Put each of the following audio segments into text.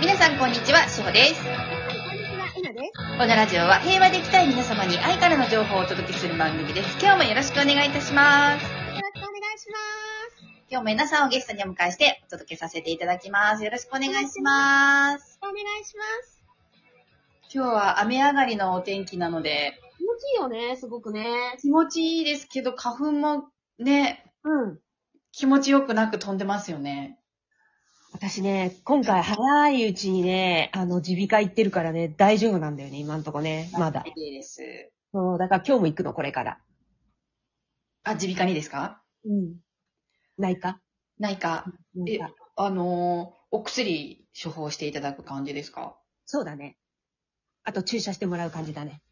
皆さんこんにちは、しほです。いなです。このラジオは平和でいきたい皆様に愛からの情報をお届けする番組です。今日もよろしくお願いいたします。よろしくお願いします。今日も皆さんをゲストにお迎えしてお届けさせていただきます。よろしくお願いします。お願いします。今日は雨上がりのお天気なので、気持ちいいよね、すごくね。気持ちいいですけど、花粉もね、うん。気持ちよくなく飛んでますよね。私ね、今回早いうちにね、あの、耳鼻科行ってるからね、大丈夫なんだよね、今んとこね、まだ。いいです。そう、だから今日も行くの、これから。あ、耳鼻科にですかうん。内科ないか。内科。あのーお薬処方していただく感じですかそうだね。あと注射してもらう感じだね。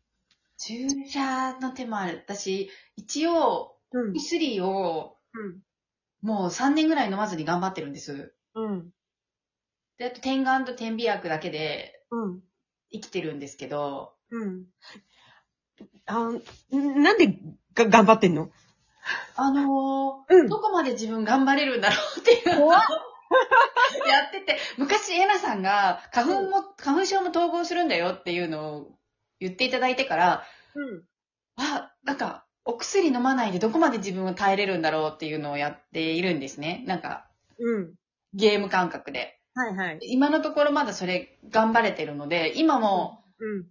注射の手もある。私、一応、うん薬をもう3年ぐらい飲まずに頑張ってるんです。うん。うん。で、あと、点眼と点鼻薬だけでうん。生きてるんですけど、うん。あんなんでが頑張ってんのあのうー、どこまで自分頑張れるんだろうっていうのを怖っ やってて、昔、エナさんが花粉も、花粉症も統合するんだよっていうのを言っていただいてから、うん。あ、なんか、お薬飲まないでどこまで自分を耐えれるんだろうっていうのをやっているんですね。なんか、うん。ゲーム感覚で。はいはい。今のところまだそれ頑張れてるので、今もうん。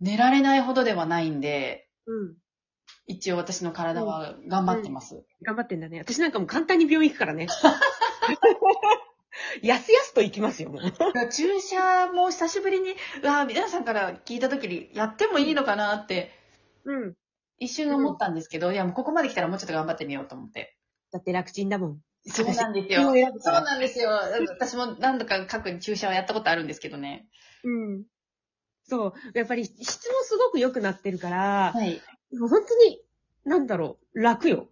寝られないほどではないんで、うん。一応私の体は頑張ってます。頑張ってんだね。私なんかもう簡単に病院行くからね。 やすやすと行きますよ、もう。だから注射も久しぶりに、うわ皆さんから聞いた時にやってもいいのかなってうん。一瞬思ったんですけど、いやもうここまで来たらもうちょっと頑張ってみようと思って。だって楽ちんだもん。そうなんです私よ。もやるそかうらなんですよ。私も何度か各注射はやったことあるんですけどね。うん。そう。やっぱり質もすごく良くなってるから、はい。もう本当に、なんだろう、楽よ。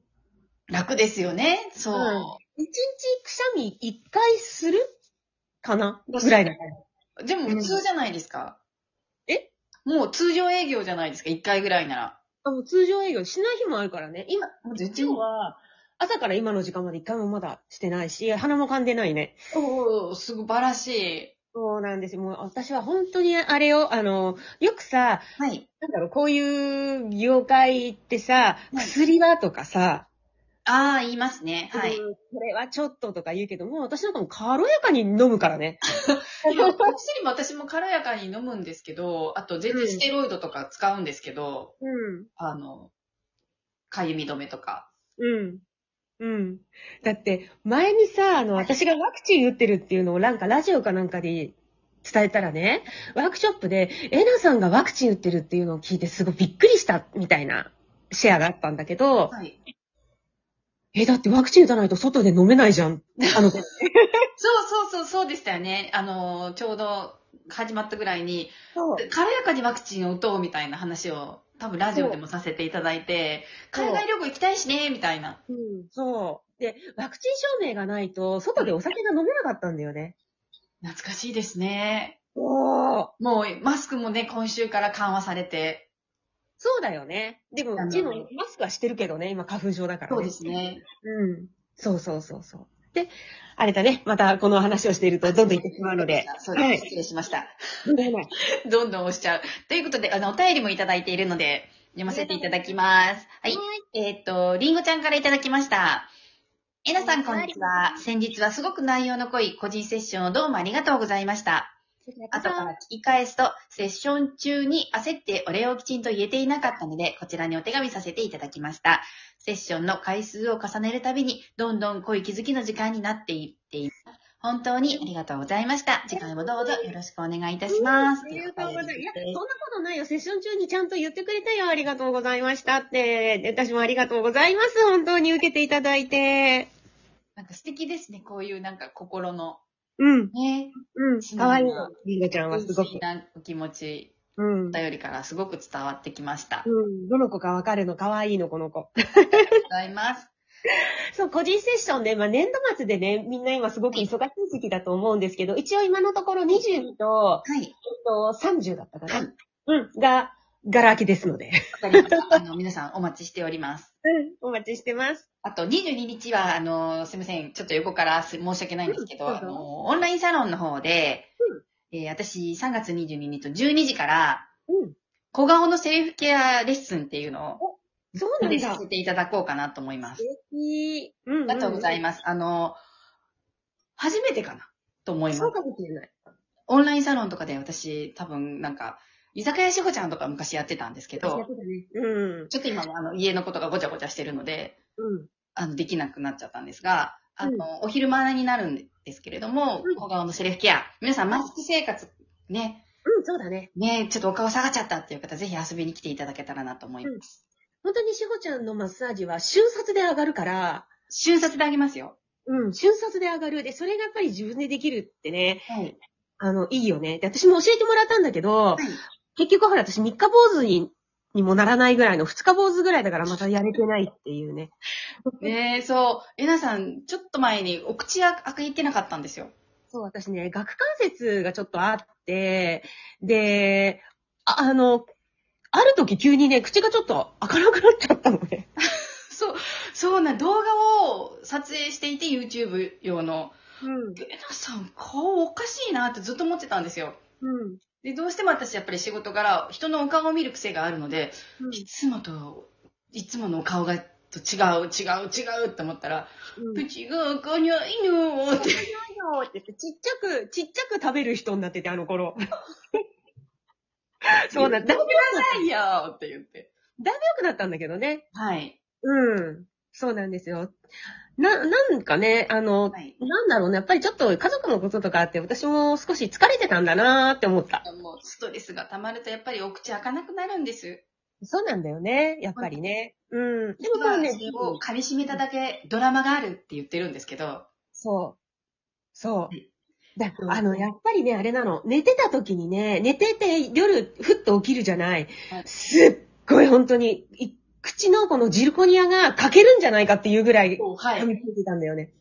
楽ですよね。そう。一日くしゃみ一回するかなぐらいだから。でも普通じゃないですか。えもう通常営業じゃないですか。1回ぐらいなら。あもう通常営業しない日もあるからね。今、もううちは、朝から今の時間まで一回もまだしてないし、鼻も噛んでないね。おお、素晴らしい。そうなんですよ。もう私は本当にあれを、あの、よくさ、はい。なんだろう、こういう業界ってさ、い薬はとかさ、ああ、言いますね。はい。うんこれはちょっととか言うけども、私なんかもう軽やかに飲むからね。 いやお薬も私も軽やかに飲むんですけど、あと全然ステロイドとか使うんですけど、うん。あの、かゆみ止めとか。うん。うん。だって、前にさ、あの、私がワクチン打ってるっていうのをなんかラジオかなんかで伝えたらね、ワークショップで、エナさんがワクチン打ってるっていうのを聞いてすごいびっくりしたみたいなシェアがあったんだけど、はい。え、だってワクチン打たないと外で飲めないじゃ ん。あの、そうそうそう、そうでしたよね。あの、ちょうど始まったぐらいに、軽やかにワクチンを打とうみたいな話を、多分ラジオでもさせていただいて、そう海外旅行行きたいしね、みたいな。うん、そう。で、ワクチン証明がないと、外でお酒が飲めなかったんだよね。懐かしいですね。おお。もう、マスクもね、今週から緩和されて。そうだよね。でもあの、うちのマスクはしてるけどね、今花粉症だから、ね。そうです。ね。うん。そうそうそうそう。で、あれだね、またこの話をしているとどんどんいってしまうので。。そうですはい失礼しました。問題ないどんどん押しちゃう。ということで、あの、お便りもいただいているので、読ませていただきます。はい。えーっと、りんごちゃんからいただきました。えなさん、こんにちは。先日はすごく内容の濃い個人セッションをどうもありがとうございました。後から聞き返すと、セッション中に焦ってお礼をきちんと言えていなかったので、こちらにお手紙させていただきました。セッションの回数を重ねるたびに、どんどん濃い気づきの時間になっていっています。本当にありがとうございました。次回もどうぞよろしくお願いいたします。ありがとうございます。いや、そんなそことないよ。セッション中にちゃんと言ってくれたよ。ありがとうございましたって。で私もありがとうございます。本当に受けていただいて。なんか素敵ですね、こういうなんか心の。うん。ね。うん。かわいいよ。りんごちゃんはすごく不思議。なお気持ち、うんお。便りからすごく伝わってきました。ありうん。どの子かわかるの、かわいいの、この子。がとうございます。 そう、個人セッションで、まあ、年度末でね、みんな今すごく忙しい時期だと思うんですけど、一応今のところ20と、はい。えっと、30だったかはな。うん。が、ガラ空きですので。わかりました。あの、皆さんお待ちしております。 お待ちしてます。あと、22日は、あの、すいません。ちょっと横からす申し訳ないんですけど、うんどうあぞの、オンラインサロンの方で、えー私、3月22日と12時から、うん。小顔のセルフケアレッスンっていうのを、そうおなん話しださ。せていただこうかなと思います。いい。うん、うありん。がとうございまます。あの、初めてかなと思いますそう。かもしれない。オンラインサロンとかで私、多分なんか、居酒屋しほちゃんとか昔やってたんですけど、うん。ちょっと今はあの家のことがごちゃごちゃしてるので、うん。あの、できなくなっちゃったんですが、あの、お昼間になるんですけれどもうん、小顔のセルフケア。皆さん、マスク生活、ね、うん、そうだね。ね、ちょっとお顔下がっちゃったっていう方、ぜひ遊びに来ていただけたらなと思います。本当にしほちゃんのマッサージは瞬殺で上がるから、瞬殺であげますよ。うん、瞬殺で上がる。で、それがやっぱり自分でできるってね、はい。あの、いいよね。で、私も教えてもらったんだけど、結局ほら、私3日坊主に、にもならないぐらいの、2日坊主ぐらいだからまたやれてないっていうね。ねえ、そう。えなさん、ちょっと前にお口が開いてなかったんですよ。そう、私ね、顎関節がちょっとあって、で、ああの、ある時急にね、口がちょっと明るくなっちゃったのね。そう、そうな、動画を撮影していて YouTube 用の、うん。えなさん顔おかしいなってずっと思ってたんですよ。うん。で、どうしても私やっぱり仕事柄、人のお顔を見る癖があるので、いつもと、いつものお顔が、と違う、違う、違うって思ったら、うん。口が赤にゃいのって。そうって言って、ちっちゃく、ちっちゃく食べる人になってて、あの 頃。そうなんだ。だいぶ良ないよって言って。くなったんだけどね。はい。うん。そうなんですよ。な、なんかね、あの、はい。なんだろうね、やっぱりちょっと家族のこととかあって、私も少し疲れてたんだなーって思った。もうストレスが溜まるとやっぱりお口開かなくなるんです。そうなんだよね、やっぱりね。うん。で実もそうはねそれ、を噛み締めただけドラマがあるって言ってるんですけど、そう。そうはい。だうんあの、やっぱりね、あれなの、寝てた時にね、寝てて夜、ふっと起きるじゃないはい。すっごい本当に、い口のこのジルコニアが欠けるんじゃないかっていうぐらい、は噛みついてたんだよね。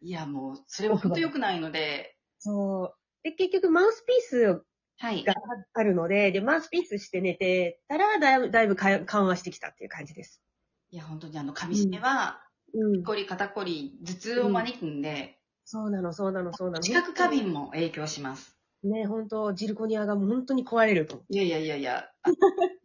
いや、もう、それは本当良くないので、そう。で、結局、マウスピースはいが。あるので、で、マウスピースして寝てたら、だいぶ、だいぶか緩和してきたっていう感じです。いや、本当にあの、噛み締めは、うん。こり肩こり、頭痛を招くんで、そうなの、そうなの、そうなの。知覚過敏も影響します。ね、本当ジルコニアがもう本当に壊れると。いやいやいやいや、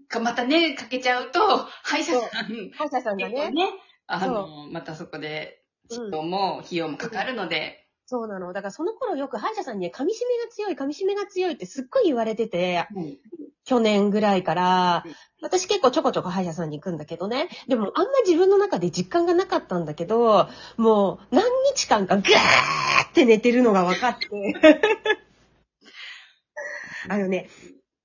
あ またね、かけちゃうと、歯医者さん、歯医者さんが結ね構、ね、あの、またそこで、治療も費用もかかるので、そうなの。だからその頃よく歯医者さんにね、噛み締めが強い、噛み締めが強いってすっごい言われてて、はい去年ぐらいからうん、私結構ちょこちょこ歯医者さんに行くんだけどね、でもあんま自分の中で実感がなかったんだけど、もう何日間かぐーって寝てるのが分かって。 あのね、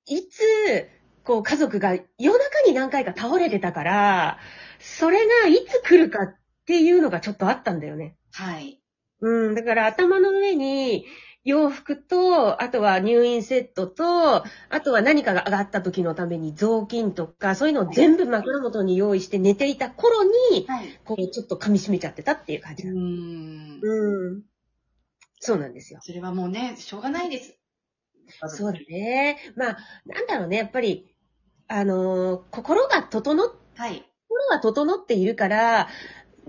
いつ、こう家族が夜中に何回か倒れてたから、それがいつ来るかっていうのがちょっとあったんだよね。はい。うん、だから頭の上に洋服と、あとは入院セットと、あとは何かが上がった時のために雑巾とか、そういうのを全部枕元に用意して寝ていた頃に、はい。こうちょっと噛み締めちゃってたっていう感うじだ。ん。うん。そうなんですよ。それはもうね、しょうがないです。そうだね。まあ、なんだろうね、やっぱり、あのー心が整っはい。心が整っているから、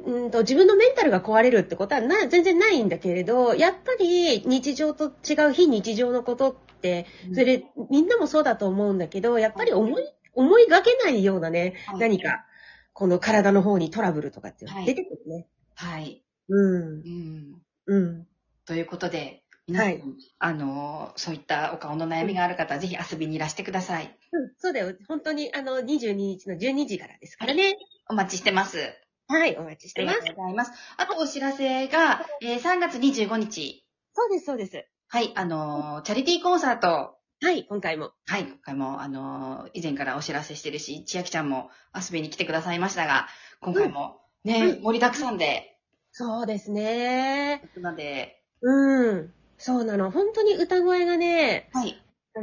うんと自分のメンタルが壊れるってことはな全然ないんだけれど、やっぱり日常と違う非日常のことって、それでみんなもそうだと思うんだけど、やっぱり思い、思いがけないようなね、はい何か、この体の方にトラブルとかっていうのはがい出てくるね。はい。うんう。ん。うん。ということで、皆さん、はいあの、そういったお顔の悩みがある方は、ぜひ遊びにいらしてください。うんそうだよ。本当に、あの、22日の12時からですからね。お待ちしてます。はい、お待ちしあてりまがすと。うございます。あとお知らせが、えー3月25日、そうです、そうです。はい、あの、チャリティーコンサート、はい、今回も。はい、今回も、あの、以前からお知らせしてるし、千秋ちゃんも遊びに来てくださいましたが、今回もね、うん盛りだくさんで、そうですね。なので、うん。そうなの。本当に歌声がね、はい、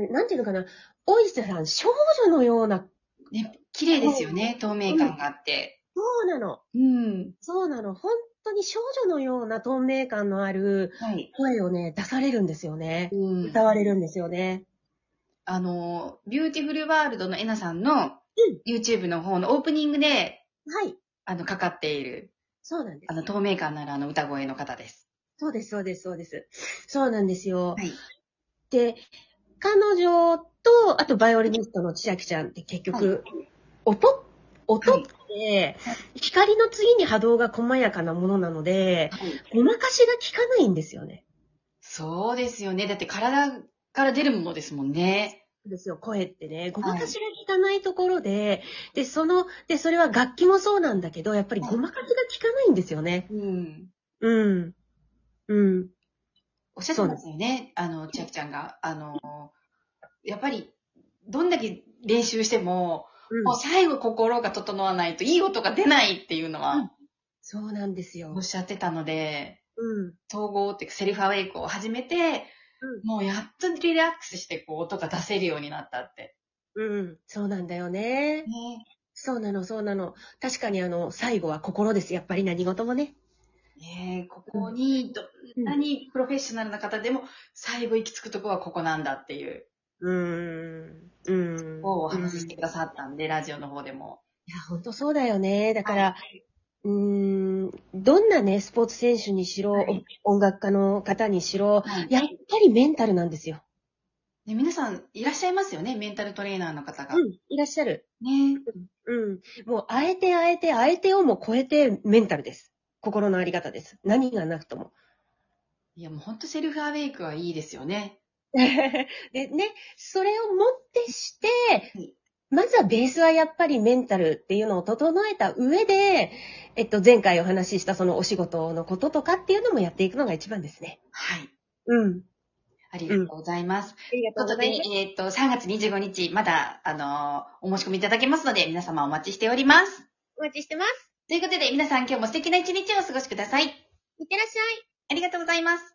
なんていうのかな、大石さん、少女のような、ね、綺麗ですよね、透明感があって。そうなの。うん、そうなの。本当に少女のような透明感のあるはい。声をね、出されるんですよね。うん歌われるんですよね。あの、ビューティフルワールドのエナさんの、YouTube の方のオープニングで、はい。あの、かかっている、そうなんであの、透明感のあるあの歌声の方です。そうです、そうです、そうです。そうなんですよ。はい。で、彼女と、あとバイオリニストの千秋ちゃんって結局、音音って、光の次に波動が細やかなものなので、ごまかしが効かないんですよね。そうですよね。だって体から出るものですもんね。ですよ、声ってね。ごまかしが効かないところで、で、その、で、それは楽器もそうなんだけど、やっぱりごまかしが効かないんですよね。うん。うん。うん。おっしゃってますよね。あの、千秋ちゃんが。あの、やっぱり、どんだけ練習しても、うんもう最後心が整わないといい音が出ないっていうのうは、そうなんですよおっ。しゃってたので、うん。統合っていうかセルフアウェイクを始めて、うもうやっとリラックスしてこう音が出せるようになったって。うん。そうなんだよね。ね。そうなの、そうなの。確かにあの、最後は心です。やっぱり何事もね。ねえここにどうんんなにプロフェッショナルな方でも、最後行き着くとこはここなんだっていう、うーん。うん。をお話ししていくださったんで、ラジオの方でも。や、本当そうだよね。だだから、、うーん、どんなね、スポーツ選手にしろ、はいお音楽家の方にしろ、はいやっぱりメンタルなんですよ。ね皆さんいらっしゃいますよね、メンタルトレーナーの方が。うん、いらっしゃる。ねうん。もう、あえてあえて、あえてをも超えてメンタルです。心のあり方です。何がなくとも。 いや、もうほんとセルフアウェイクはいいですよね。でね、それをもってしてい、まずはベースはやっぱりメンタルっていうのを整えた上で、えっと、前回お話ししたそのお仕事のこととかっていうのもやっていくのが一番ですね。はい。うん。ありがとうございます。ありがということで、えっ、と、3月25日、まだ、あのーお申し込みいただけますので、皆様お待ちしております。お待ちしてます。ということで、皆さん今日も素敵な一日をお過ごしください。いってらっしゃい。ありがとうございます。